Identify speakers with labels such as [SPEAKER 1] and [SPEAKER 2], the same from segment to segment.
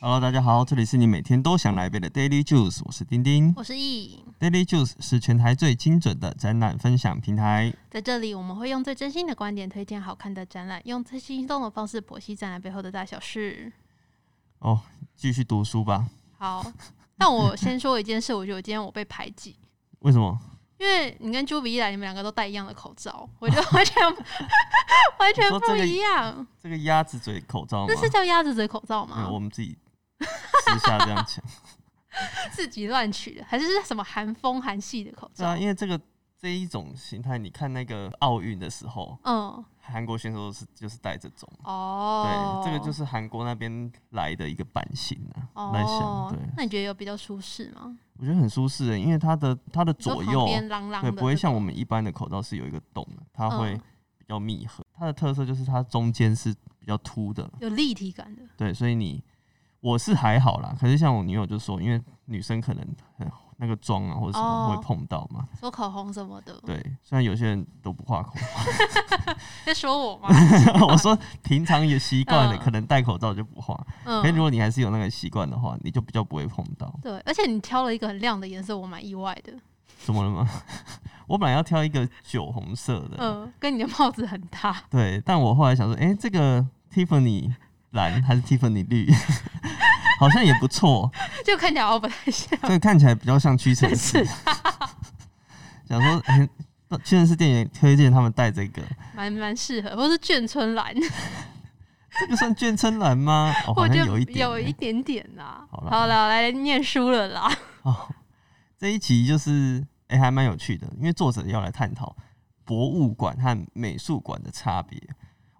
[SPEAKER 1] Hello，大家好，这里是你每天都想来一杯的 Daily Juice，我是丁丁。
[SPEAKER 2] 我是易，
[SPEAKER 1] Daily Juice 是全台最精准的展览分享平台。
[SPEAKER 2] 在这里我们会用最真心的观点推荐好看的展览，用最轻松的方式剖析展览背后的大小事。
[SPEAKER 1] 哦，继续读书吧。
[SPEAKER 2] 好，但我先说一件事，我觉得我今天我被排挤，
[SPEAKER 1] 为什么？
[SPEAKER 2] 因为你跟朱比一来，你们两个都戴一样的口罩，我觉得完全 完全
[SPEAKER 1] 你说这
[SPEAKER 2] 不
[SPEAKER 1] 个
[SPEAKER 2] 一样。
[SPEAKER 1] 这个鸭子嘴口罩吗
[SPEAKER 2] 那？是叫鸭子嘴口罩
[SPEAKER 1] 没有，我
[SPEAKER 2] 吗？
[SPEAKER 1] 们自己私下这样 讲。
[SPEAKER 2] 自己乱取的，还是是什么韩风韩系的口
[SPEAKER 1] 对啊，
[SPEAKER 2] 罩？
[SPEAKER 1] 因为这个这一种形态，你看那个奥运的时候，
[SPEAKER 2] 嗯，
[SPEAKER 1] 韩国选手都是就是戴这种。
[SPEAKER 2] 哦，
[SPEAKER 1] 对，这个就是韩国那边来的一个版型啊，来想
[SPEAKER 2] 哦
[SPEAKER 1] 对，，
[SPEAKER 2] 那你觉得有比较舒适吗？
[SPEAKER 1] 我觉得很舒适欸，因为它的它的左
[SPEAKER 2] 你说
[SPEAKER 1] 右
[SPEAKER 2] 旁边啷啷
[SPEAKER 1] 对，
[SPEAKER 2] 的，
[SPEAKER 1] 不会像我们一般的口罩是有一个洞的，它会
[SPEAKER 2] 嗯
[SPEAKER 1] 比较密合。它的特色就是它中间是比较凸的，
[SPEAKER 2] 有立体感的。
[SPEAKER 1] 对，所以你我是还好啦。可是像我女友就说，因为女生可能呃那个妆啊或者什么
[SPEAKER 2] 哦
[SPEAKER 1] 会碰到嘛，
[SPEAKER 2] 说口红什么的，
[SPEAKER 1] 对。虽然有些人都不画口
[SPEAKER 2] 在说 我吗？
[SPEAKER 1] 红，我说平常也习惯了，
[SPEAKER 2] 嗯
[SPEAKER 1] 可能戴口罩就不画。可是如
[SPEAKER 2] 嗯，
[SPEAKER 1] 果你还是有那个习惯的话，你就比较不会碰到。
[SPEAKER 2] 对，而且你挑了一个很亮的颜色，我蛮意外的。
[SPEAKER 1] 怎么了吗？ 我本来要挑一个酒红色的，
[SPEAKER 2] 嗯，跟你的帽子很搭，
[SPEAKER 1] 对，但我后来想说，哎、这个 Tiffany 蓝还是 Tiffany 绿， 好像也不错，
[SPEAKER 2] 就看起来哦我不太像。
[SPEAKER 1] 所以看起来比较像屈 臣氏。
[SPEAKER 2] 啊
[SPEAKER 1] 想说，哎、那屈臣氏店员推荐他们戴这个，
[SPEAKER 2] 蛮蛮适合，或是眷村蓝，
[SPEAKER 1] 这个算眷村蓝吗？哦，好
[SPEAKER 2] 我觉
[SPEAKER 1] 像
[SPEAKER 2] 得
[SPEAKER 1] 有一点、
[SPEAKER 2] 有一点点啦。
[SPEAKER 1] 好啦
[SPEAKER 2] 好了，来念书了啦。
[SPEAKER 1] 哦，这一集就是，哎、还蛮有趣的，因为作者要来探讨博物馆和美术馆的差别。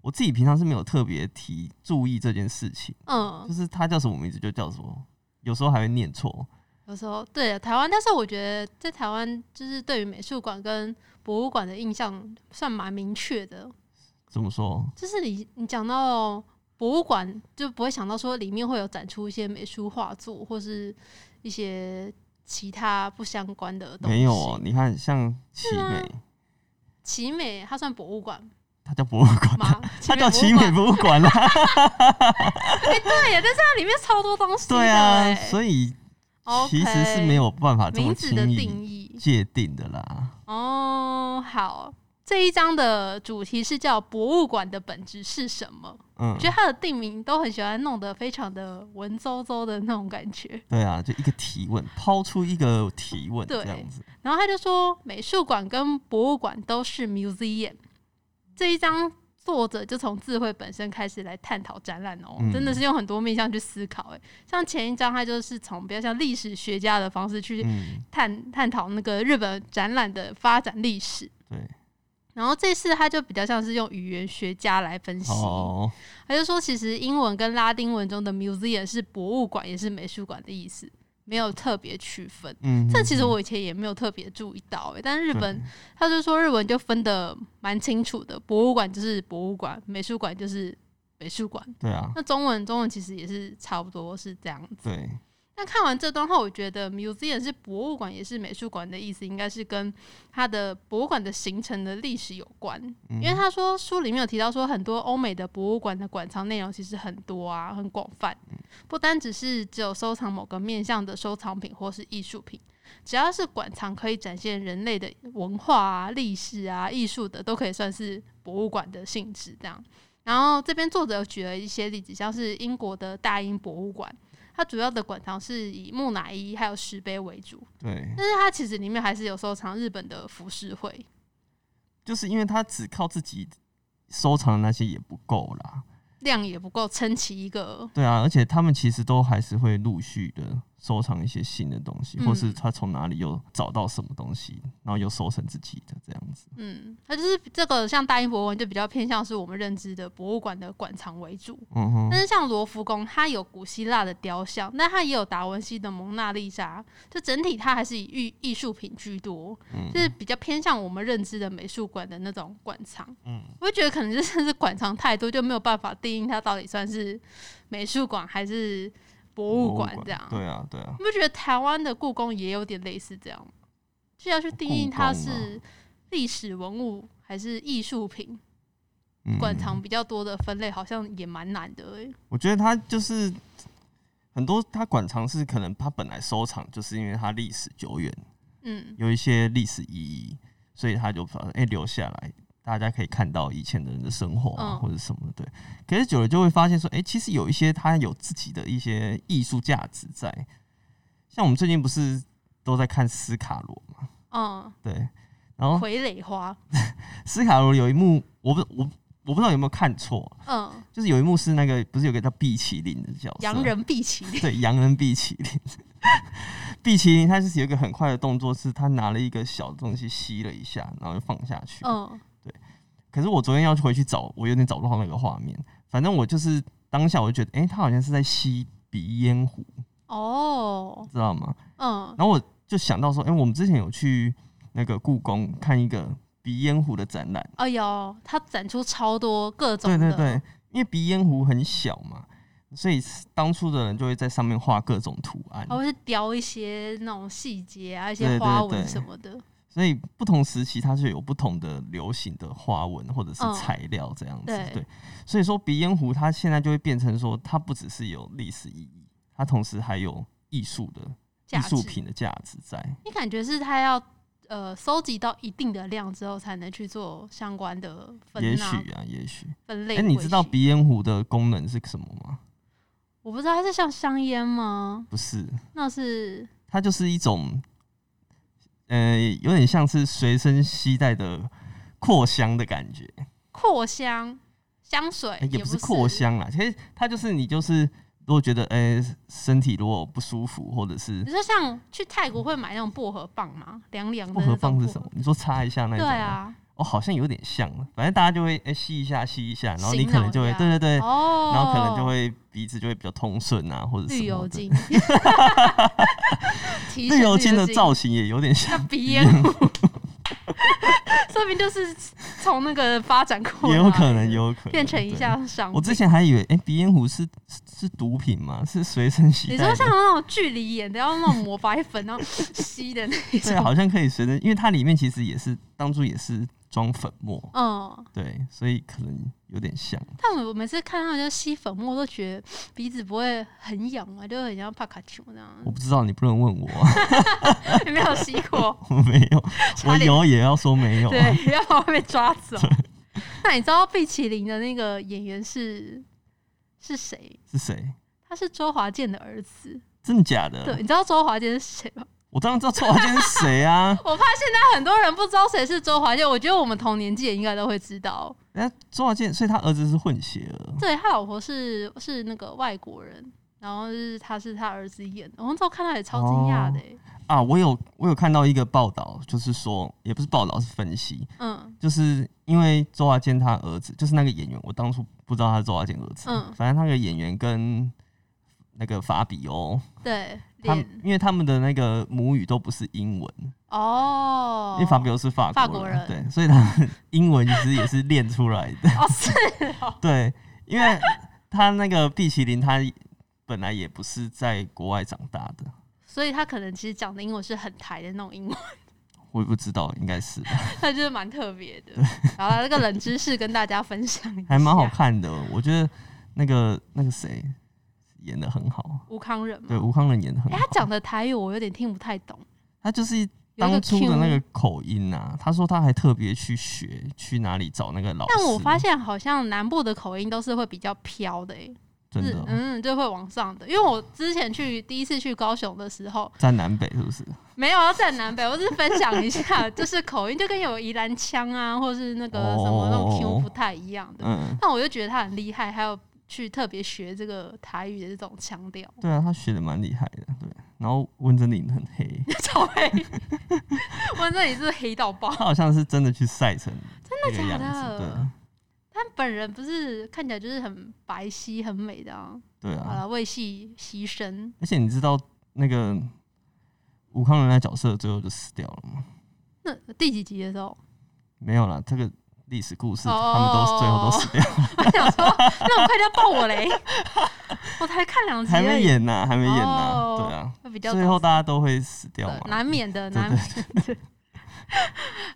[SPEAKER 1] 我自己平常是没有特别提注意这件事情，
[SPEAKER 2] 嗯
[SPEAKER 1] 就，是它叫什么名字就叫什么，有时候还会念错。
[SPEAKER 2] 有时候对啊台湾，但是我觉得在台湾就是对于美术馆跟博物馆的印象算蛮明确的，
[SPEAKER 1] 怎么说？
[SPEAKER 2] 就是你你讲到博物馆，就不会想到说里面会有展出一些美术画作或是一些其他不相关的东西。啊
[SPEAKER 1] 没有哦，你看像奇美，
[SPEAKER 2] 奇美它算博物馆
[SPEAKER 1] 它叫博物馆，
[SPEAKER 2] 吗？
[SPEAKER 1] 啊 它叫奇
[SPEAKER 2] 奇
[SPEAKER 1] 美
[SPEAKER 2] 美博物
[SPEAKER 1] 博物馆
[SPEAKER 2] 馆
[SPEAKER 1] 啦。
[SPEAKER 2] 对呀，但是它里面超多东西的
[SPEAKER 1] 对啊，
[SPEAKER 2] 欸。
[SPEAKER 1] 所以
[SPEAKER 2] OK
[SPEAKER 1] 其实是没有办法这么
[SPEAKER 2] 名字的
[SPEAKER 1] 轻
[SPEAKER 2] 定
[SPEAKER 1] 易
[SPEAKER 2] 义
[SPEAKER 1] 界定的啦。
[SPEAKER 2] 哦。好，这一章的主题是叫“博物馆的本质是什么”。
[SPEAKER 1] 嗯
[SPEAKER 2] 我，觉得它的定名都很喜欢弄得非常的文绉绉的那种感觉。
[SPEAKER 1] 对啊，就一个提问，抛出一个提问
[SPEAKER 2] 对
[SPEAKER 1] 这样子。
[SPEAKER 2] 然后他就说，美术馆跟博物馆都是 museum。这一章作者就从智慧本身开始来探讨展览哦，
[SPEAKER 1] 嗯
[SPEAKER 2] 真的是用很多面向去思考。哎，像前一章他就是从比较像历史学家的方式去
[SPEAKER 1] 嗯，
[SPEAKER 2] 探探讨那个日本展览的发展历史。
[SPEAKER 1] 对，
[SPEAKER 2] 然后这次他就比较像是用语言学家来分析，
[SPEAKER 1] 哦，
[SPEAKER 2] 他就说其实英文跟拉丁文中的 museum 是博物馆也是美术馆的意思，没有特别区分。
[SPEAKER 1] 嗯，
[SPEAKER 2] 这其实我以前也没有特别注意到、欸，但是日
[SPEAKER 1] 对
[SPEAKER 2] 本他就说日文就分的蛮清楚的，博物馆就是博物馆，美术馆就是美术馆。
[SPEAKER 1] 对啊，
[SPEAKER 2] 那中文中文其实也是差不多是这样子。
[SPEAKER 1] 对，
[SPEAKER 2] 那看完这段话，我觉得 museum 是博物馆也是美术馆的意思，应该是跟它的博物馆的形成的历史有关。
[SPEAKER 1] 因
[SPEAKER 2] 因为他说书里面有提到说，很多欧美的博物馆的馆藏内容其实很多啊，很广泛，不单只是只有收藏某个面向的收藏品或是艺术品，只要是馆藏可以展现人类的文化啊、历史啊、艺术的，都可以算是博物馆的性质这样。然后这边作者有举了一些例子，像是英国的大英博物馆，它主要的馆藏是以木乃伊还有石碑为主，
[SPEAKER 1] 对，
[SPEAKER 2] 但是它其实里面还是有收藏日本的浮世绘，
[SPEAKER 1] 就是因为他只靠自己收藏的那些也不够啦。
[SPEAKER 2] 量也不够撑起一个
[SPEAKER 1] 对啊，而且他们其实都还是会陆续的收藏一些新的东西，
[SPEAKER 2] 嗯
[SPEAKER 1] 或是他从哪里又找到什么东西，然后又收成自己的这样子。
[SPEAKER 2] 嗯，它就是这个像大英博物馆就比较偏向是我们认知的博物馆的馆藏为主，
[SPEAKER 1] 嗯哼，
[SPEAKER 2] 但是像罗浮宫，它有古希腊的雕像，那它也有达文西的蒙娜丽莎，就整体它还是以艺艺术品居多，
[SPEAKER 1] 嗯
[SPEAKER 2] 就是比较偏向我们认知的美术馆的那种馆藏。
[SPEAKER 1] 嗯
[SPEAKER 2] 我就觉得可能就是 是馆藏太多，就没有办法定义它到底算是美术馆还是博物馆这样。
[SPEAKER 1] 对啊，对啊，
[SPEAKER 2] 你不觉得台湾的故宫也有点类似这样吗？是要去定义它
[SPEAKER 1] 故宫啊
[SPEAKER 2] 是历史文物还是艺术品？
[SPEAKER 1] 嗯
[SPEAKER 2] 馆藏比较多的分类好像也蛮难的、欸，
[SPEAKER 1] 我觉得他就是很多它馆藏是可能它本来收藏就是因为它历史久远，
[SPEAKER 2] 嗯，
[SPEAKER 1] 有一些历史意义，所以它就把哎、留下来，大家可以看到以前的人的生活啊、
[SPEAKER 2] 嗯
[SPEAKER 1] 或者什么对。可是久了就会发现说，哎、其实有一些它有自己的一些艺术价值在。像我们最近不是都在看斯卡罗嘛？
[SPEAKER 2] 嗯，
[SPEAKER 1] 对，然后
[SPEAKER 2] 傀儡花，
[SPEAKER 1] 斯卡罗有一幕，我不我我不知道有没有看错，
[SPEAKER 2] 嗯，
[SPEAKER 1] 就是有一幕是那个不是有个叫碧麒麟的角色，
[SPEAKER 2] 洋人碧琪，
[SPEAKER 1] 对，洋人碧麒麟。碧麒麟它就是有一个很快的动作，是它拿了一个小东西吸了一下，然后就放下去。
[SPEAKER 2] 嗯
[SPEAKER 1] 可是我昨天要回去找，我有点找不到那个画面。反正我就是当下我就觉得，哎、它好像是在吸鼻烟壶，
[SPEAKER 2] 哦，
[SPEAKER 1] 知道吗？
[SPEAKER 2] 嗯
[SPEAKER 1] 然后我就想到说，哎、我们之前有去那个故宫看一个鼻烟壶的展览，
[SPEAKER 2] 哎呦，它展出超多各种
[SPEAKER 1] 对
[SPEAKER 2] 的，
[SPEAKER 1] 对对，因为鼻烟壶很小嘛，所以当初的人就会在上面画各种图案。
[SPEAKER 2] 还会雕一些那种细节啊，一
[SPEAKER 1] 对对
[SPEAKER 2] 些花
[SPEAKER 1] 对
[SPEAKER 2] 纹什么的，
[SPEAKER 1] 所以不同时期它是有不同的流行的花纹或者是
[SPEAKER 2] 嗯
[SPEAKER 1] 材料这样子，
[SPEAKER 2] 对
[SPEAKER 1] 对。所以说鼻烟壶它现在就会变成说，它不只是有历史意义，它同时还有艺术的
[SPEAKER 2] 价
[SPEAKER 1] 艺
[SPEAKER 2] 值
[SPEAKER 1] 术品的价值在。
[SPEAKER 2] 你感觉是他要呃收集到一定的量之后，才能去做相关的
[SPEAKER 1] 也
[SPEAKER 2] 分啊
[SPEAKER 1] 许啊，也许。
[SPEAKER 2] 分
[SPEAKER 1] 哎、
[SPEAKER 2] 类。
[SPEAKER 1] 你知道？鼻烟壶的功能是什么吗？
[SPEAKER 2] 我不知道它是像香烟吗？
[SPEAKER 1] 不是，
[SPEAKER 2] 那是
[SPEAKER 1] 它就是一种，呃，有点像是随身携带的扩香的感觉。
[SPEAKER 2] 扩香香水，
[SPEAKER 1] 欸也
[SPEAKER 2] 不
[SPEAKER 1] 不是扩，香啦，其实它就是你就是如果觉得哎、身体如果不舒服或者是
[SPEAKER 2] 你说像去泰国会买那种薄荷棒吗？凉凉的
[SPEAKER 1] 薄
[SPEAKER 2] 那种
[SPEAKER 1] 荷棒是什么？你说擦一下那
[SPEAKER 2] 薄荷？
[SPEAKER 1] 种？
[SPEAKER 2] 对，啊，
[SPEAKER 1] 哦，好像有点像了。反正大家就会哎、吸一下吸一下，然后你
[SPEAKER 2] 醒
[SPEAKER 1] 可能
[SPEAKER 2] 脑
[SPEAKER 1] 就会
[SPEAKER 2] 一下
[SPEAKER 1] 对对对，
[SPEAKER 2] 哦，
[SPEAKER 1] 然后可能就会鼻子就会比较通顺啊，或者什
[SPEAKER 2] 绿油
[SPEAKER 1] 么的。
[SPEAKER 2] 精，提神
[SPEAKER 1] 绿油精的
[SPEAKER 2] 精
[SPEAKER 1] 造型也有点像，
[SPEAKER 2] 鼻烟 壶，说明就是从那个发展过来，
[SPEAKER 1] 也有可能，也有可能
[SPEAKER 2] 变成一。
[SPEAKER 1] 对
[SPEAKER 2] 项商品。
[SPEAKER 1] 我之前还以为，哎、鼻烟壶是是是毒品吗？是随身携
[SPEAKER 2] 你
[SPEAKER 1] 带
[SPEAKER 2] 说像
[SPEAKER 1] 的？
[SPEAKER 2] 那种距离演的，要那种抹白粉，然后吸的那 一
[SPEAKER 1] 对，啊
[SPEAKER 2] 种，
[SPEAKER 1] 好像可以随身，因为它里面其实也是当初也是装粉末，
[SPEAKER 2] 嗯，
[SPEAKER 1] 对，所以可能有点像。
[SPEAKER 2] 但我每次看到人家吸粉末，都觉得鼻子不会很痒嘛，就很像帕卡丘那样。
[SPEAKER 1] 我不知道，你不能问我，
[SPEAKER 2] 你没有吸过，
[SPEAKER 1] 我没有，
[SPEAKER 2] 差
[SPEAKER 1] 我
[SPEAKER 2] 点
[SPEAKER 1] 有也要说没有、啊。
[SPEAKER 2] 对，要 把我被抓走。 那你知道碧麒麟的那个演员是是谁？
[SPEAKER 1] 是谁？
[SPEAKER 2] 他是周华健的儿子。
[SPEAKER 1] 真的假
[SPEAKER 2] 对，
[SPEAKER 1] 的？
[SPEAKER 2] 你知道周华健是谁吗？。
[SPEAKER 1] 我当然知道周华健是谁啊
[SPEAKER 2] 我怕现在很多人不知道谁是周华健，我觉得我们同年纪也应该都会知道。
[SPEAKER 1] 那周华健，所以他儿子是混血儿。
[SPEAKER 2] 对他老婆是是那个外国人，然后是他是他儿子演的，我那时候看到也超惊讶的、欸
[SPEAKER 1] 啊，我有我有看到一个报道，就是说也不是报道是分析，
[SPEAKER 2] 嗯
[SPEAKER 1] 就是因为周华健他儿子就是那个演员，我当初不知道他是周华健儿子，
[SPEAKER 2] 嗯
[SPEAKER 1] 反正那个演员跟那个法比欧，
[SPEAKER 2] 对，
[SPEAKER 1] 他们
[SPEAKER 2] 脸
[SPEAKER 1] 因为他们的那个母语都不是英文，
[SPEAKER 2] 哦，
[SPEAKER 1] 因为法比欧是法
[SPEAKER 2] 法
[SPEAKER 1] 国
[SPEAKER 2] 国
[SPEAKER 1] 人，
[SPEAKER 2] 人
[SPEAKER 1] 对，所以他们 英文其实也是练出来的。
[SPEAKER 2] 哦是哦，
[SPEAKER 1] 对，因为他那个碧麒麟，他本来也不是在国外长大的，
[SPEAKER 2] 所以他可能其实讲的英文是很台的那种英文，
[SPEAKER 1] 我也不知道，应该是 吧
[SPEAKER 2] 他就是蛮特别的。然后这个冷知识跟大家分享一下，
[SPEAKER 1] 还蛮好。看的。
[SPEAKER 2] 啊
[SPEAKER 1] 我觉得那个那个谁演的很好，
[SPEAKER 2] 吴康仁嘛，
[SPEAKER 1] 对，吴康仁演的很
[SPEAKER 2] 哎、
[SPEAKER 1] 好。
[SPEAKER 2] 他讲的台语我有点听不太懂，
[SPEAKER 1] 他就是
[SPEAKER 2] 有一
[SPEAKER 1] 当
[SPEAKER 2] 个
[SPEAKER 1] 初
[SPEAKER 2] Q
[SPEAKER 1] 的那个口音啊，他说他还特别去学去哪里找那个老师，
[SPEAKER 2] 但我发现好像南部的口音都是会比较飘的、欸，
[SPEAKER 1] 真
[SPEAKER 2] 是
[SPEAKER 1] 的、哦
[SPEAKER 2] 嗯，就会往上的。因为我之前去第一次去高雄的时候，
[SPEAKER 1] 在南北是不是？
[SPEAKER 2] 没有要站南北，我只是分享 一下，就是口音就跟有宜兰腔啊，或是那个什么那种
[SPEAKER 1] 哦
[SPEAKER 2] Q 不太一样的。
[SPEAKER 1] 嗯，
[SPEAKER 2] 那我就觉得他很厉害，还有去特别学这个台语的这种腔调，
[SPEAKER 1] 对啊，他学的蛮厉害的，对。然后温真菱很黑，
[SPEAKER 2] 超黑。 我这里是黑到爆，
[SPEAKER 1] 他好像是真的去晒成真
[SPEAKER 2] 真的假的
[SPEAKER 1] 对。啊
[SPEAKER 2] 他本人不是看起来就是很白皙、很美的啊，
[SPEAKER 1] 对
[SPEAKER 2] 好
[SPEAKER 1] 啊，
[SPEAKER 2] 了，为戏牺牲。
[SPEAKER 1] 而且你知道那个武康人那角色最后就死掉了吗？
[SPEAKER 2] 那第几集的时候，
[SPEAKER 1] 没有啦，这个历史故事
[SPEAKER 2] 哦
[SPEAKER 1] 他们都最后都死掉，
[SPEAKER 2] 我想说，那我快点爆我 嘞！我才看两集而
[SPEAKER 1] 还
[SPEAKER 2] 已，
[SPEAKER 1] 没演呢，还没演呢，
[SPEAKER 2] 哦
[SPEAKER 1] 对啊，
[SPEAKER 2] 会比较
[SPEAKER 1] 最
[SPEAKER 2] 早
[SPEAKER 1] 后大家都会死掉
[SPEAKER 2] 对
[SPEAKER 1] 嘛。
[SPEAKER 2] 难免的，
[SPEAKER 1] 对
[SPEAKER 2] 难免的。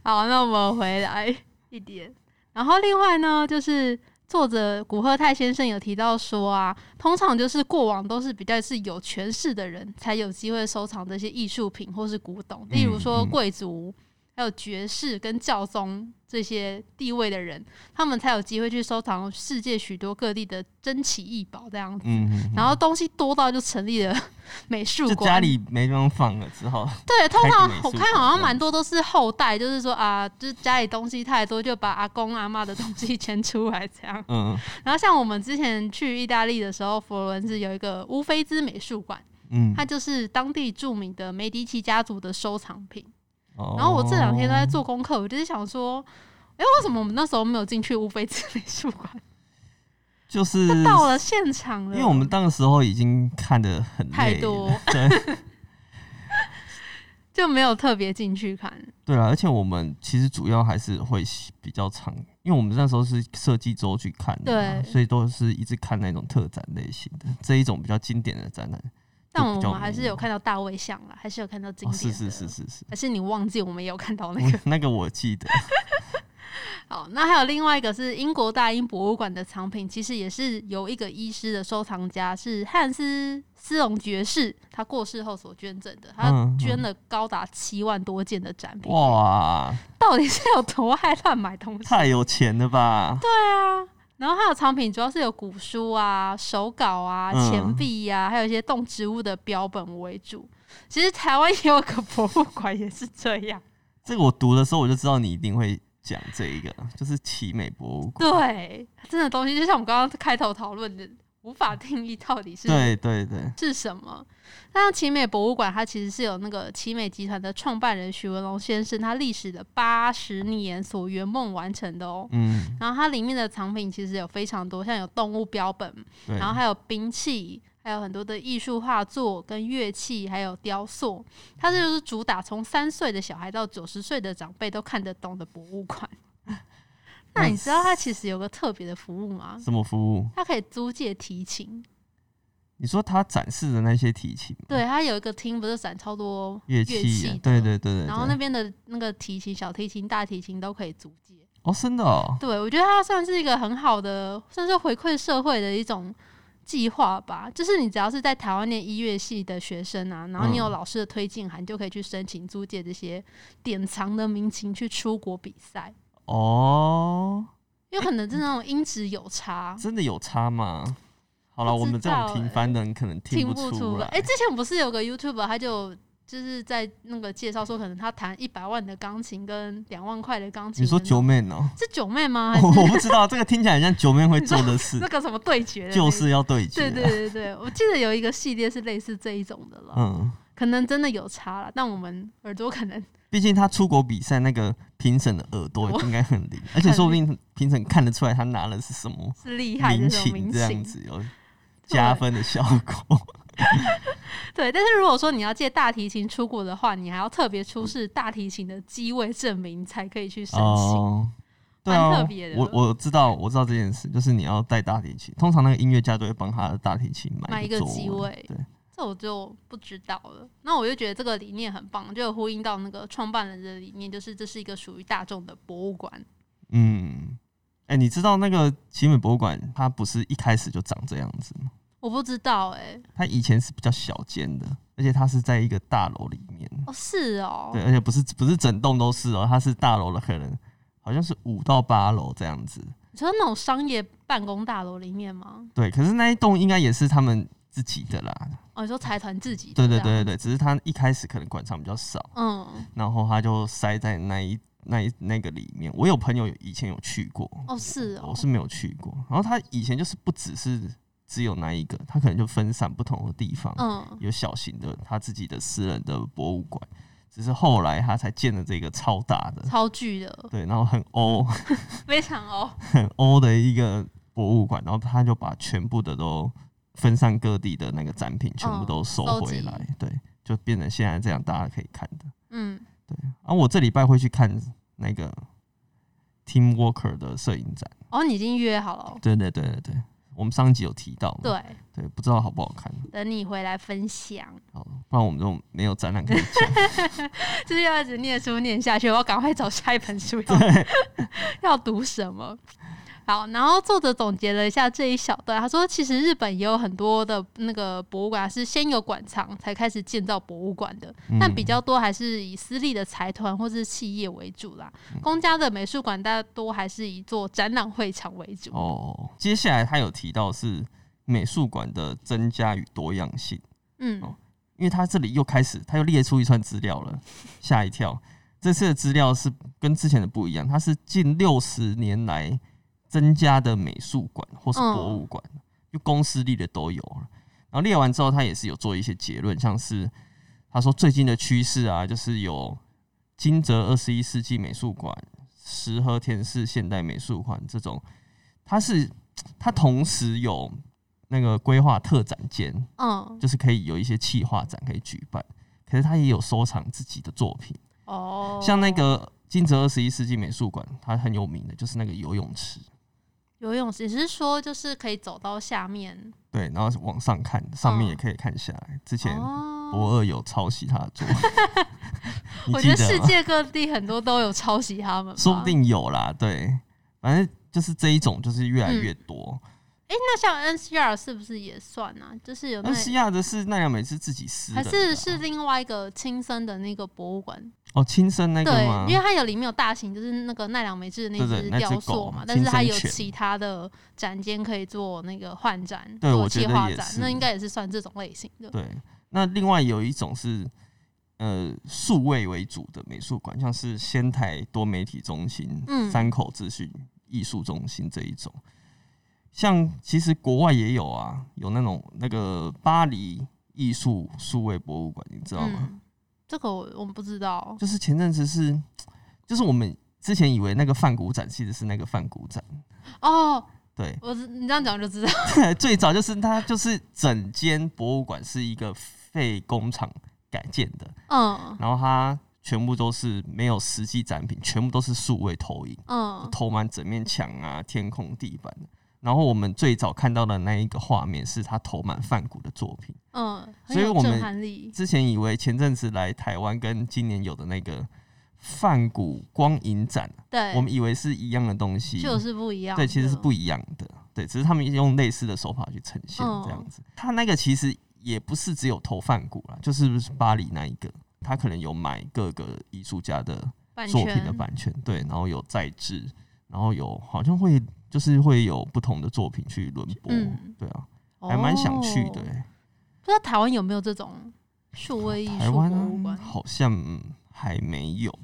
[SPEAKER 2] 好，那我们回来一点。然后另外呢，就是作者古贺泰先生有提到说啊，通常就是过往都是比较是有权势的人才有机会收藏这些艺术品或是古董，例如说
[SPEAKER 1] 嗯
[SPEAKER 2] 贵族、还有爵士跟教宗这些地位的人，他们才有机会去收藏世界许多各地的珍奇异宝这样子。
[SPEAKER 1] 嗯哼，
[SPEAKER 2] 然后东西多到就成立了 美术
[SPEAKER 1] 就
[SPEAKER 2] 馆，
[SPEAKER 1] 家里没地方放了，只好
[SPEAKER 2] 对，通
[SPEAKER 1] 开个
[SPEAKER 2] 常
[SPEAKER 1] 美术
[SPEAKER 2] 我看
[SPEAKER 1] 馆这
[SPEAKER 2] 好像
[SPEAKER 1] 样
[SPEAKER 2] 蛮多都是后代，就是说啊，就是家里东西太多，就把阿公阿妈的东西迁出来这样。
[SPEAKER 1] 嗯
[SPEAKER 2] 然后像我们之前去意大利的时候，佛罗伦斯有一个乌菲兹美术馆，
[SPEAKER 1] 嗯
[SPEAKER 2] 它。就是当地著名的梅迪奇家族的收藏品。
[SPEAKER 1] 然
[SPEAKER 2] 然后我这两天都在做功课，我就是想说。哎、为什么我们那时候没有进去乌菲兹美术馆？
[SPEAKER 1] 就是
[SPEAKER 2] 到了现场了，
[SPEAKER 1] 因为我们那个时候已经看得很
[SPEAKER 2] 太
[SPEAKER 1] 累
[SPEAKER 2] 多
[SPEAKER 1] 了，对
[SPEAKER 2] 就没有特别进去看。
[SPEAKER 1] 对啊了，而且我们其实主要还是会比较长，因为我们那时候是设计周去看的嘛，
[SPEAKER 2] 对
[SPEAKER 1] 所以都是一直看那种特展类型的这一种比较经典的展览。
[SPEAKER 2] 但
[SPEAKER 1] 就
[SPEAKER 2] 我
[SPEAKER 1] 比较
[SPEAKER 2] 们还是
[SPEAKER 1] 没
[SPEAKER 2] 有看到大卫像啦，还是有看到经
[SPEAKER 1] 哦，
[SPEAKER 2] 典的。
[SPEAKER 1] 是是是是是，
[SPEAKER 2] 还是你忘记我们也有看到那 个？
[SPEAKER 1] 我那个我记 得，
[SPEAKER 2] 好，那还有另外一个是英国大英博物馆的藏品，其实也是由一个医师的收藏家是汉斯斯隆爵士，他过世后所捐赠的，他
[SPEAKER 1] 嗯嗯
[SPEAKER 2] 捐了高达七万多件的展品，
[SPEAKER 1] 哇，
[SPEAKER 2] 到底是有多爱乱买东西？
[SPEAKER 1] 太有钱了吧？对，
[SPEAKER 2] 然后还有藏品主要是有古书啊、手稿啊、
[SPEAKER 1] 嗯
[SPEAKER 2] 钱币呀、还有一些动植物的标本为主。其实台湾也有个博物馆也是这样，
[SPEAKER 1] 这个我读的时候我就知道你一定会讲这一个，就是奇美博物馆。
[SPEAKER 2] 对，真的东西就像我们刚刚开头讨论的，无法定义到底是
[SPEAKER 1] 对对对，
[SPEAKER 2] 是什么。那奇美博物馆它其实是有那个奇美集团的创办人许文龙先生他历史的八十年所圆梦完成的哦。
[SPEAKER 1] 嗯，
[SPEAKER 2] 然后它里面的藏品其实有非常多，像有动物标本，
[SPEAKER 1] 对，
[SPEAKER 2] 然后还有兵器，还有很多的艺术画作跟乐器，还有雕塑。它这就是主打从三岁的小孩到九十岁的长辈都看得懂的博物馆。 那你知道它其实有个特别的服务吗？
[SPEAKER 1] 什么服务？
[SPEAKER 2] 它可以租借提琴，
[SPEAKER 1] 你说他展示的那些提琴吗，
[SPEAKER 2] 对，它有一个厅不是展超多
[SPEAKER 1] 乐
[SPEAKER 2] 器
[SPEAKER 1] 器啊
[SPEAKER 2] 的，
[SPEAKER 1] 对对对对对。
[SPEAKER 2] 然后那边的那个提琴、小提琴、大提琴都可以租借。
[SPEAKER 1] 哦，真的哦，
[SPEAKER 2] 对，我觉得它算是一个很好的，算是回馈社会的一种计划吧。就是你只要是在台湾念音乐系的学生啊，然后你有
[SPEAKER 1] 嗯
[SPEAKER 2] 老师的推荐函，你就可以去申请租借这些典藏的民琴去出国比赛。
[SPEAKER 1] 哦，
[SPEAKER 2] 因为可能是那种音质有差，
[SPEAKER 1] 真的有差吗？好了，
[SPEAKER 2] 不
[SPEAKER 1] 我
[SPEAKER 2] 知
[SPEAKER 1] 们这种
[SPEAKER 2] 道欸
[SPEAKER 1] 平凡人可能
[SPEAKER 2] 听
[SPEAKER 1] 不
[SPEAKER 2] 出
[SPEAKER 1] 来。
[SPEAKER 2] 哎、之前不是有个 YouTube，他就就是在那个介绍说，可能他弹一百万的钢琴跟两万块的钢琴
[SPEAKER 1] 你
[SPEAKER 2] 的那种。
[SPEAKER 1] 说九妹哦，
[SPEAKER 2] 是九妹吗？还啊是
[SPEAKER 1] 我不知道，这个听起来很像九妹会做的事
[SPEAKER 2] 那，个什么 对决的那
[SPEAKER 1] 就
[SPEAKER 2] 一
[SPEAKER 1] 是要对
[SPEAKER 2] 对
[SPEAKER 1] 决。
[SPEAKER 2] 对对对，我记得有一个系列是类似这一种的了，
[SPEAKER 1] 嗯，
[SPEAKER 2] 可能真的有差了，但我们耳朵可能
[SPEAKER 1] 毕竟他出国比赛那个评审的耳朵应该很灵，而且说不定评审看得出来他拿的是什么
[SPEAKER 2] 是厉害的
[SPEAKER 1] 民
[SPEAKER 2] 那种
[SPEAKER 1] 情，
[SPEAKER 2] 明
[SPEAKER 1] 这样
[SPEAKER 2] 星。
[SPEAKER 1] 子有加分的效 果。
[SPEAKER 2] 对，但是如果说你要借大提琴出国的话，你还要特别出示大提琴的机位证明才可以去申请。
[SPEAKER 1] 哦，对
[SPEAKER 2] 蛮特
[SPEAKER 1] 啊
[SPEAKER 2] 别，的
[SPEAKER 1] 我我知道我知道这件事，就是你要带大提琴，通常那个音乐家都会帮他的大提琴
[SPEAKER 2] 买
[SPEAKER 1] 买
[SPEAKER 2] 一
[SPEAKER 1] 一
[SPEAKER 2] 个
[SPEAKER 1] 座
[SPEAKER 2] 机位
[SPEAKER 1] 对，
[SPEAKER 2] 这我就不知道了。那我就觉得这个理念很棒，就有呼应到那个创办人的理念，就是这是一个属于大众的博物馆。
[SPEAKER 1] 嗯，哎、你知道那个奇美博物馆它不是一开始就长这样子吗？
[SPEAKER 2] 我不知道哎、
[SPEAKER 1] 它以前是比较小间的，而且它是在一个大楼里面，
[SPEAKER 2] 哦是哦，
[SPEAKER 1] 对，而且不是不是整栋都是哦，它是大楼的，可能好像是五到八楼这样子。
[SPEAKER 2] 你说那种商业办公大楼里面吗？
[SPEAKER 1] 对，可是那一栋应该也是他们自己的啦。
[SPEAKER 2] 哦，你说财团自己？
[SPEAKER 1] 对对对对，对，只是它一开始可能馆藏比较少。
[SPEAKER 2] 嗯，
[SPEAKER 1] 然后他就塞在那一那一那个里面。我有朋友有以前有去过，
[SPEAKER 2] 哦是哦
[SPEAKER 1] 我，是没有去过。然后他以前就是不只是只有那一个，他可能就分散不同的地方，
[SPEAKER 2] 嗯，
[SPEAKER 1] 有小型的他自己的私人的博物馆，只是后来他才建了这个超大的，
[SPEAKER 2] 超巨的，
[SPEAKER 1] 对，然后很欧
[SPEAKER 2] 非常哦，
[SPEAKER 1] 很欧的一个博物馆，然后他就把全部的都分散各地的那个展品全部
[SPEAKER 2] 嗯
[SPEAKER 1] 都收
[SPEAKER 2] 收
[SPEAKER 1] 回
[SPEAKER 2] 集
[SPEAKER 1] 来，对，就变成现在这样大家可以看的。
[SPEAKER 2] 嗯，
[SPEAKER 1] 啊，我这礼拜会去看那个 Team Walker 的摄影展。
[SPEAKER 2] 哦，你已经约好了哦、
[SPEAKER 1] 对对对对对，我们上一集有提到嘛。
[SPEAKER 2] 对，
[SPEAKER 1] 对，不知道好不好看，
[SPEAKER 2] 等你回来分享，
[SPEAKER 1] 好，不然我们就没有展览可以讲。
[SPEAKER 2] 就是要一 直念书念下去，我要赶快找下一本书要要读什么。好，然后作者总结了一下这一小段，他说其实日本也有很多的那个博物馆啊是先有馆藏才开始建造博物馆的，
[SPEAKER 1] 嗯
[SPEAKER 2] 但比较多还是以私立的财团或是企业为主啦，
[SPEAKER 1] 嗯
[SPEAKER 2] 公家的美术馆大多还是以做展览会场为主。
[SPEAKER 1] 哦，接下来他有提到是美术馆的增加与多样性，
[SPEAKER 2] 嗯
[SPEAKER 1] 哦因为他这里又开始，他又列出一串资料了，吓一跳。这次的资料是跟之前的不一样，它是近六十年来增加的美术馆或是博物馆，就公私立的都有了。然后列完之后，他也是有做一些结论，像是他说最近的趋势啊，就是有金泽二十一世纪美术馆、石和田市现代美术馆这种，它是它同时有那个规划特展间，
[SPEAKER 2] 嗯
[SPEAKER 1] 就是可以有一些企划展可以举办，可是他也有收藏自己的作品，
[SPEAKER 2] 哦，
[SPEAKER 1] 像那个金泽二十一世纪美术馆，它很有名的就是那个游泳池，
[SPEAKER 2] 游泳池，只是说就是可以走到下面
[SPEAKER 1] 对，然后往上看，上面也可以看下来。之前
[SPEAKER 2] 哦。
[SPEAKER 1] 博二有抄袭他的作品，你
[SPEAKER 2] 我觉
[SPEAKER 1] 记
[SPEAKER 2] 得世
[SPEAKER 1] 吗？
[SPEAKER 2] 界各地很多都有抄袭他们吧，
[SPEAKER 1] 说不定有啦，对，反正就是这一种就是越来越多。
[SPEAKER 2] 诶，那像 NCR 是不是也算啊？就是有那
[SPEAKER 1] 那西亚的是奈良美是自己私
[SPEAKER 2] 还
[SPEAKER 1] 人的啊，
[SPEAKER 2] 是是另外一个亲生的那个博物馆？
[SPEAKER 1] 哦亲生那个
[SPEAKER 2] 对
[SPEAKER 1] 吗，
[SPEAKER 2] 因？为它有里面有大型，就是那个奈良美智的那
[SPEAKER 1] 对
[SPEAKER 2] 只
[SPEAKER 1] 对那只
[SPEAKER 2] 雕塑
[SPEAKER 1] 狗，
[SPEAKER 2] 嘛
[SPEAKER 1] 啊
[SPEAKER 2] 但是它有
[SPEAKER 1] 亲生犬
[SPEAKER 2] 其他的展间可以做那个换展，
[SPEAKER 1] 对
[SPEAKER 2] 做
[SPEAKER 1] 我觉
[SPEAKER 2] 企
[SPEAKER 1] 得
[SPEAKER 2] 划
[SPEAKER 1] 也
[SPEAKER 2] 展，
[SPEAKER 1] 是
[SPEAKER 2] 那应该也是算这种类型的。
[SPEAKER 1] 对，那另外有一种是呃数位为主的美术馆，像是仙台多媒体中心、
[SPEAKER 2] 嗯
[SPEAKER 1] 山口资讯艺术中心这一种。像其实国外也有啊，有那种那个巴黎艺术数位博物馆，你知道吗？
[SPEAKER 2] 嗯，这个我我们不知道。
[SPEAKER 1] 就是前阵子是，就是我们之前以为那个梵谷展其实是那个梵谷展，
[SPEAKER 2] 哦，
[SPEAKER 1] 对，
[SPEAKER 2] 我知你这样讲就知道。
[SPEAKER 1] 最早就是它就是整间博物馆是一个废工厂改建的，
[SPEAKER 2] 嗯
[SPEAKER 1] 然后它全部都是没有实际展品，全部都是数位投影，
[SPEAKER 2] 嗯
[SPEAKER 1] 投满整面墙啊、天空、地板。然后我们最早看到的那一个画面是他投满梵谷的作品。
[SPEAKER 2] 嗯，很
[SPEAKER 1] 所以
[SPEAKER 2] 有
[SPEAKER 1] 我
[SPEAKER 2] 震
[SPEAKER 1] 们
[SPEAKER 2] 撼力。
[SPEAKER 1] 之前以为前阵子来台湾跟今年有的那个梵谷光影展，
[SPEAKER 2] 对，
[SPEAKER 1] 我们以为是一样的东西，
[SPEAKER 2] 就是不一样的。
[SPEAKER 1] 对，其实是不一样的。对，只是他们用类似的手法去呈现
[SPEAKER 2] 嗯
[SPEAKER 1] 这样子。他那个其实也不是只有投梵谷啦，就是巴黎那一个，他可能有买各个艺术家的
[SPEAKER 2] 版
[SPEAKER 1] 作品的
[SPEAKER 2] 权。
[SPEAKER 1] 版权，对，然后有再制，然后有好像会就是会有不同的作品去轮播，
[SPEAKER 2] 嗯
[SPEAKER 1] 对啊，还蛮想去的
[SPEAKER 2] 哦
[SPEAKER 1] 欸、
[SPEAKER 2] 不知道台湾有没有这种数位艺
[SPEAKER 1] 台
[SPEAKER 2] 术博
[SPEAKER 1] 湾
[SPEAKER 2] 物馆
[SPEAKER 1] 啊？好像嗯还没有，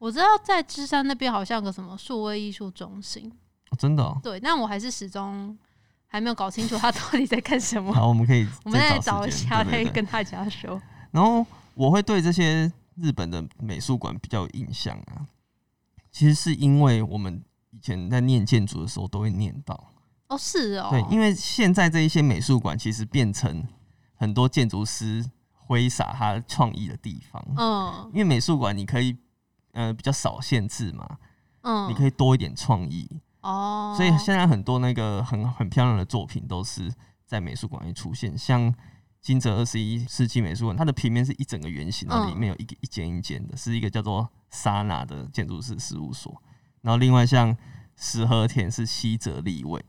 [SPEAKER 2] 我知道在芝山那边好像有个什么数位艺术中心，
[SPEAKER 1] 哦真的、哦。
[SPEAKER 2] 对，但我还是始终还没有搞清楚他到底在干什么。
[SPEAKER 1] 好，我们可以
[SPEAKER 2] 我们再
[SPEAKER 1] 找
[SPEAKER 2] 找一
[SPEAKER 1] 时间
[SPEAKER 2] 下，
[SPEAKER 1] 对
[SPEAKER 2] 再
[SPEAKER 1] 对对
[SPEAKER 2] 跟大家说。
[SPEAKER 1] 然后我会对这些日本的美术馆比较有印象啊，其实是因为我们以前在念建筑的时候都会念到，
[SPEAKER 2] 哦，是哦，
[SPEAKER 1] 对，因为现在这一些美术馆其实变成很多建筑师挥洒他创意的地方，
[SPEAKER 2] 嗯
[SPEAKER 1] 因为美术馆你可以呃比较少限制嘛，
[SPEAKER 2] 嗯，
[SPEAKER 1] 你可以多一点创意，
[SPEAKER 2] 哦，
[SPEAKER 1] 所以现在很多那个很很漂亮的作品都是在美术馆里出现，像金泽二十一世纪美术馆，它的平面是一整个圆形，
[SPEAKER 2] 嗯
[SPEAKER 1] 然后里面有一个一间一间的，是一个叫做莎娜的建筑师事务所。然后另外像石和田是西泽立卫，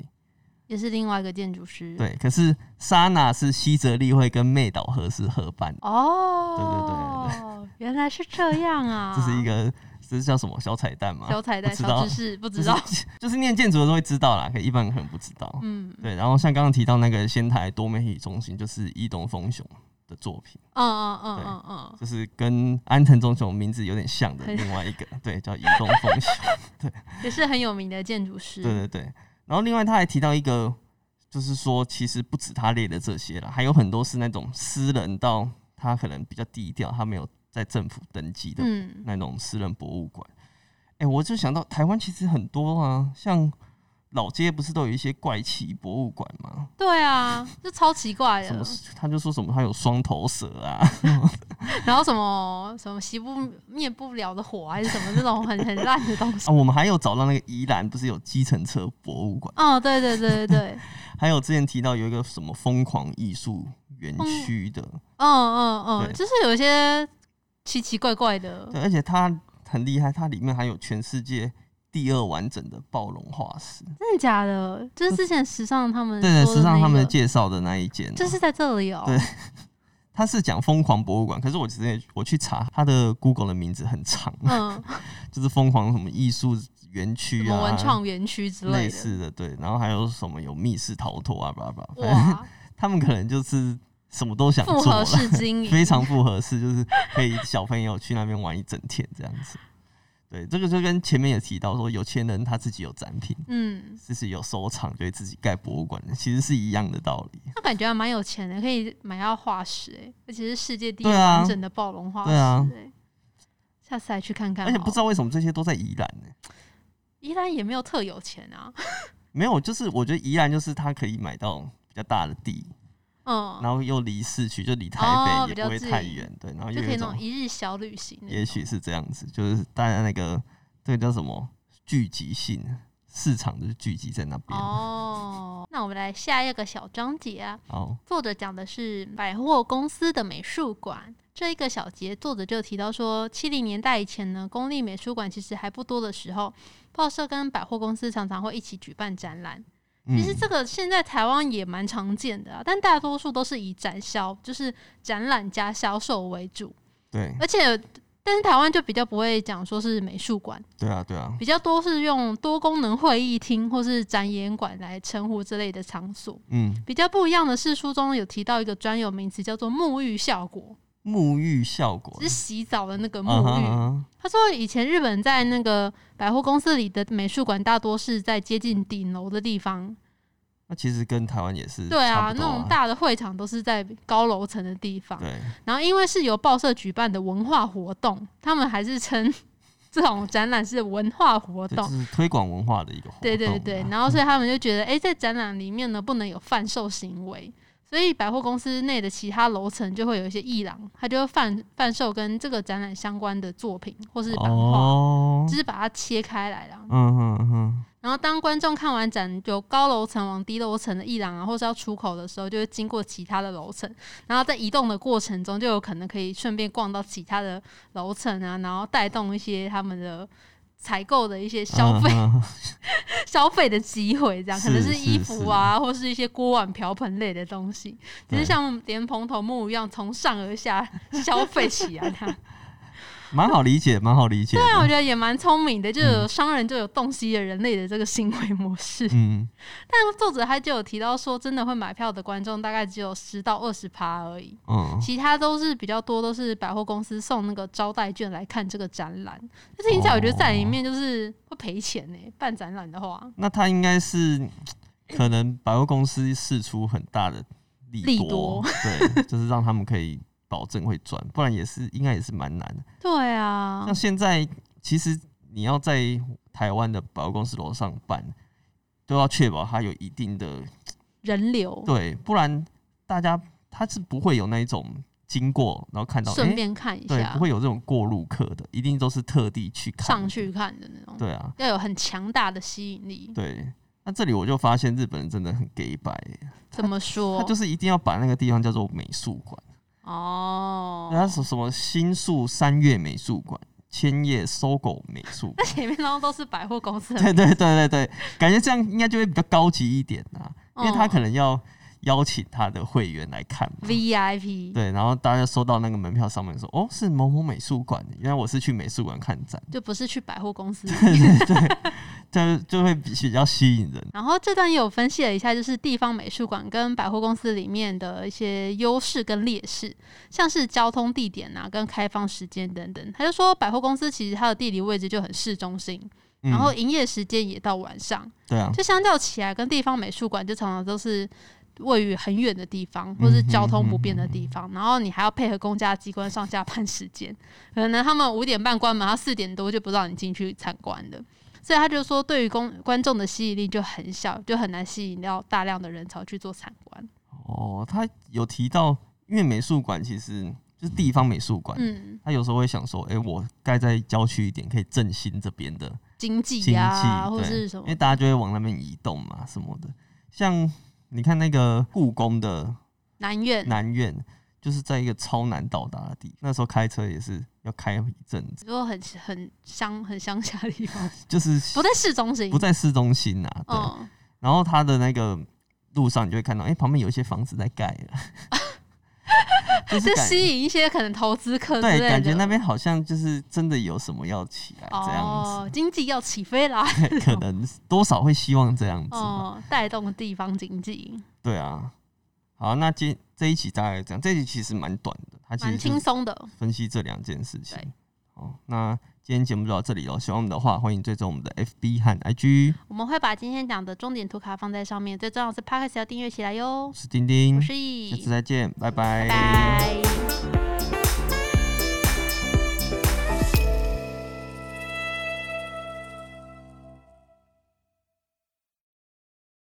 [SPEAKER 2] 也是另外一个建筑师。，
[SPEAKER 1] 对，可是莎娜是西泽立卫跟妹岛和是合办的，
[SPEAKER 2] 哦，原来是这样啊，
[SPEAKER 1] 这是一个这是叫什么小彩蛋吗？
[SPEAKER 2] 小彩蛋、
[SPEAKER 1] 不知道
[SPEAKER 2] 小知识，不知道。
[SPEAKER 1] 就是， 就是念建筑的都会知道啦，可一般人可能不知道。
[SPEAKER 2] 嗯
[SPEAKER 1] 对，然后像刚刚提到那个仙台多媒体中心，就是伊东丰雄的作品，
[SPEAKER 2] 嗯嗯嗯嗯嗯，
[SPEAKER 1] 就是跟安藤忠雄名字有点像的
[SPEAKER 2] 很
[SPEAKER 1] 另外一个，对，叫伊东丰 雄。
[SPEAKER 2] 也是很有名的建筑师。
[SPEAKER 1] 对对对，然后另外他还提到一个，就是说其实不止他列的这些了，还有很多是那种私人到他可能比较低调，他没有在政府登记的
[SPEAKER 2] 嗯，
[SPEAKER 1] 那种私人博物馆。哎、我就想到台湾其实很多啊，像老街不是都有一些怪奇博物馆吗？
[SPEAKER 2] 对啊，这超奇怪
[SPEAKER 1] 什么
[SPEAKER 2] 的。？
[SPEAKER 1] 他就说什么他有双头蛇啊，
[SPEAKER 2] 然后什么什么熄不灭不了的火，还是什么那种很很烂的东 西
[SPEAKER 1] 啊，。我们还有找到那个宜兰不是有计程车博物馆，
[SPEAKER 2] 哦，对对对对对，
[SPEAKER 1] 还有之前提到有一个什么疯狂艺术园区的，
[SPEAKER 2] 嗯嗯嗯，
[SPEAKER 1] 对
[SPEAKER 2] 就是有一些奇奇怪怪的，
[SPEAKER 1] 对，而且它很厉害，它里面还有全世界第二完整的暴龙化石。
[SPEAKER 2] 真的假的？就是之前时尚他们
[SPEAKER 1] 对对，
[SPEAKER 2] 嗯说的
[SPEAKER 1] 时尚他
[SPEAKER 2] 那
[SPEAKER 1] 们
[SPEAKER 2] 个
[SPEAKER 1] 介绍的那一间啊、
[SPEAKER 2] 就是在这里哦、
[SPEAKER 1] 对他是讲疯狂博物馆，可是我其实也我去查他的 Google 的名字很长，
[SPEAKER 2] 嗯，
[SPEAKER 1] 就是疯狂什么艺术园
[SPEAKER 2] 什
[SPEAKER 1] 区
[SPEAKER 2] 么
[SPEAKER 1] 啊，
[SPEAKER 2] 文创园区之类
[SPEAKER 1] 类
[SPEAKER 2] 的。
[SPEAKER 1] 似的，对，然后还有什么有密室逃脱啊，巴拉巴拉，反正
[SPEAKER 2] 哇，
[SPEAKER 1] 他们可能就是什么都想
[SPEAKER 2] 复
[SPEAKER 1] 做
[SPEAKER 2] 合
[SPEAKER 1] 了，
[SPEAKER 2] 式经营，
[SPEAKER 1] 非常不合适，就是可以小朋友去那边玩一整天这样子。对，这个就跟前面也提到说，有钱人他自己有展品，
[SPEAKER 2] 嗯，
[SPEAKER 1] 就是有收藏，就会自己盖博物馆，其实是一样的道理。
[SPEAKER 2] 那感觉还蛮有钱的，可以买到化石哎、而且是世界第一
[SPEAKER 1] 对啊
[SPEAKER 2] 完整的暴龙化石
[SPEAKER 1] 对啊
[SPEAKER 2] 哎、下次还去看看好
[SPEAKER 1] 而
[SPEAKER 2] 了。
[SPEAKER 1] 且不知道为什么这些都在宜兰欸呢、
[SPEAKER 2] 宜兰也没有特有钱啊，
[SPEAKER 1] 没有，就是我觉得宜兰就是它可以买到比较大的地，
[SPEAKER 2] 嗯，
[SPEAKER 1] 然后又离市区，就离台
[SPEAKER 2] 哦比
[SPEAKER 1] 北
[SPEAKER 2] 较
[SPEAKER 1] 也不会太
[SPEAKER 2] 近
[SPEAKER 1] 远，对，然后
[SPEAKER 2] 就
[SPEAKER 1] 又有
[SPEAKER 2] 可以
[SPEAKER 1] 一
[SPEAKER 2] 那种
[SPEAKER 1] 种，
[SPEAKER 2] 一日哦小旅行那种。
[SPEAKER 1] 也许是这样子，就是大家那个这个叫什么聚集性市场，就是聚集在那边。啊
[SPEAKER 2] 哦，那我们来下一个小章节啊。
[SPEAKER 1] 好，
[SPEAKER 2] 作者讲的是百货公司的美术馆。这一个小节，作者就提到说，七零年代以前呢，公立美术馆其实还不多的时候，报社跟百货公司常常会一起举办展览。
[SPEAKER 1] 嗯
[SPEAKER 2] 其实这个现在台湾也蛮常见的、啊，但大多数都是以展销，就是展览加销售为主。
[SPEAKER 1] 对
[SPEAKER 2] 而且，但是台湾就比较不会讲说是美术馆，
[SPEAKER 1] 对啊对啊，
[SPEAKER 2] 比较多是用多功能会议厅或是展演馆来称呼这类的场所。
[SPEAKER 1] 嗯，
[SPEAKER 2] 比较不一样的是，书中有提到一个专有名词叫做沐浴效果，
[SPEAKER 1] 沐浴效果
[SPEAKER 2] 就是洗澡的那个
[SPEAKER 1] 嗯
[SPEAKER 2] 沐
[SPEAKER 1] 哼
[SPEAKER 2] 浴。
[SPEAKER 1] 嗯
[SPEAKER 2] 他说，以前日本在那个百货公司里的美术馆，大多是在接近顶楼的地方。
[SPEAKER 1] 那其实跟台湾也是
[SPEAKER 2] 对
[SPEAKER 1] 嗯差
[SPEAKER 2] 啊，
[SPEAKER 1] 不
[SPEAKER 2] 那
[SPEAKER 1] 多
[SPEAKER 2] 种大的会场都是在高楼层的地方。
[SPEAKER 1] 对
[SPEAKER 2] 然后，因为是由报社举办的文化活动，他们还是称 这种展览是文化活
[SPEAKER 1] 对
[SPEAKER 2] 动
[SPEAKER 1] 就。是推广文化的一个活动啊。
[SPEAKER 2] 对对对，然后所以他们就觉得，诶，在展览里面呢，不能有贩售行为，所以百货公司内的其他楼层就会有一些艺廊，他就会贩贩售跟这个展览相关的作品或是版画，
[SPEAKER 1] 哦
[SPEAKER 2] 只，是把它切开来了。
[SPEAKER 1] 嗯哼哼，
[SPEAKER 2] 然后当观众看完展，有高楼层往低楼层的艺廊啊，或是要出口的时候，就会经过其他的楼层，然后在移动的过程中，就有可能可以顺便逛到其他的楼层啊，然后带动一些他们的采购的一些消费。
[SPEAKER 1] 嗯哼
[SPEAKER 2] 消费的机会，这样可能
[SPEAKER 1] 是
[SPEAKER 2] 是衣
[SPEAKER 1] 是
[SPEAKER 2] 服啊，或是一些锅碗瓢盆类的东西，只是
[SPEAKER 1] 对
[SPEAKER 2] 像莲蓬头木一样从上而下消费起来 它。
[SPEAKER 1] 蛮好理解，蛮好理解的。
[SPEAKER 2] 但我觉得也蛮聪明的，就有商人就有洞悉了人类的这个行为模式。
[SPEAKER 1] 嗯，
[SPEAKER 2] 但作者他就有提到说，真的会买票的观众大概只有十到二十趴而已。
[SPEAKER 1] 嗯，
[SPEAKER 2] 其他都是比较多，都是百货公司送那个招待券来看这个展览。但是听起来我觉得在里面就是会赔钱呢、办展览的话。
[SPEAKER 1] 那他应该 是可能百货公司试出很大的利
[SPEAKER 2] 利
[SPEAKER 1] 多，对， 就是让他们可以保证会赚，不然也是应该也是蛮难的。
[SPEAKER 2] 对啊
[SPEAKER 1] 像，现在其实你要在台湾的百货公司楼上办，都要确保它有一定的
[SPEAKER 2] 人流。
[SPEAKER 1] 对，不然大家他是不会有那一种经过然后看到哎、
[SPEAKER 2] 顺
[SPEAKER 1] 诶
[SPEAKER 2] 便看一
[SPEAKER 1] 对，
[SPEAKER 2] 下
[SPEAKER 1] 不，会有这种过路客的，一定都是特地去看
[SPEAKER 2] 上
[SPEAKER 1] 的
[SPEAKER 2] 去看的那种，
[SPEAKER 1] 对啊，
[SPEAKER 2] 要有很强大的吸引力。
[SPEAKER 1] 对。那这里我就发现日本人真的很 gay 白、
[SPEAKER 2] 怎么说
[SPEAKER 1] 他？就是一定要把那个地方叫做美术馆，那
[SPEAKER 2] 哦
[SPEAKER 1] 它，什什么新宿三月美术馆、千叶搜狗美术
[SPEAKER 2] 那
[SPEAKER 1] 馆，
[SPEAKER 2] 前面都都是百货 公司的，
[SPEAKER 1] 对对对对对，感觉这样应该就会比较高级一点啊，因为他
[SPEAKER 2] 嗯
[SPEAKER 1] 可能要邀请他的会员来看嘛。
[SPEAKER 2] VIP
[SPEAKER 1] 对，然后大家收到那个门票上面说，哦，是某某美术馆，原来我是去美术馆看展，
[SPEAKER 2] 就不是去百货公司。
[SPEAKER 1] 这就会比比较吸引人。
[SPEAKER 2] 然后这段也有分析了一下，就是地方美术馆跟百货公司里面的一些优势跟劣势，像是交通地点啊、跟开放时间等等。他就说，百货公司其实它的地理位置就很市中心，
[SPEAKER 1] 嗯、
[SPEAKER 2] 然后营业时间也到晚上，
[SPEAKER 1] 对啊，
[SPEAKER 2] 就相较起来，跟地方美术馆就常常都是位于很远的地方，或是交通不便的地方，然后你还要配合公家机关上下班时间，可能他们五点半关门，他四点多就不让你进去参观的。所以他就说，对于公观众的吸引力就很小，就很难吸引到大量的人潮去做参观。
[SPEAKER 1] 哦，他有提到，因为美术馆其实就是地方美术馆，
[SPEAKER 2] 嗯，
[SPEAKER 1] 他有时候会想说，哎、我盖在郊区一点，可以振兴这边的
[SPEAKER 2] 经
[SPEAKER 1] 经济，
[SPEAKER 2] 济啊，或
[SPEAKER 1] 对
[SPEAKER 2] 是什
[SPEAKER 1] 因为
[SPEAKER 2] 么，
[SPEAKER 1] 大家就会往那边移动嘛，什么的。像你看那个故宫的
[SPEAKER 2] 南苑
[SPEAKER 1] 南苑，就是在一个超难到达的地方。那时候开车也是要开一阵子，
[SPEAKER 2] 如果很很乡很乡下的地 方，
[SPEAKER 1] 就是
[SPEAKER 2] 不在市中心，
[SPEAKER 1] 不在市中心啊。对，
[SPEAKER 2] 嗯，
[SPEAKER 1] 然后它的那个路上，你就会看到，哎、旁边有一些房子在盖 了，就是
[SPEAKER 2] 就
[SPEAKER 1] 感
[SPEAKER 2] 吸引一些可能投资客之类
[SPEAKER 1] 对，
[SPEAKER 2] 的，
[SPEAKER 1] 感觉那边好像就是真的有什么要起来这样
[SPEAKER 2] 哦
[SPEAKER 1] 子，，
[SPEAKER 2] 经济要起飞 啦，
[SPEAKER 1] 对可能多少会希望这样子吧。
[SPEAKER 2] 哦，带动地方经济，
[SPEAKER 1] 对啊，好，那今这一期大概这样，这一期其实蛮短的，它其
[SPEAKER 2] 蛮
[SPEAKER 1] 实就
[SPEAKER 2] 轻
[SPEAKER 1] 是
[SPEAKER 2] 松的。
[SPEAKER 1] 分析这两件事情
[SPEAKER 2] 对。
[SPEAKER 1] 好，那今天节目就到这里了。喜欢我们的话，欢迎追踪我们的 FB 和 IG。
[SPEAKER 2] 我们会把今天讲的重点图卡放在上面，最重要的是 p o d c a s t 要订阅起来哟
[SPEAKER 1] 我。是丁丁
[SPEAKER 2] 我，是
[SPEAKER 1] 下次
[SPEAKER 2] 易，
[SPEAKER 1] 再见，拜
[SPEAKER 2] 拜。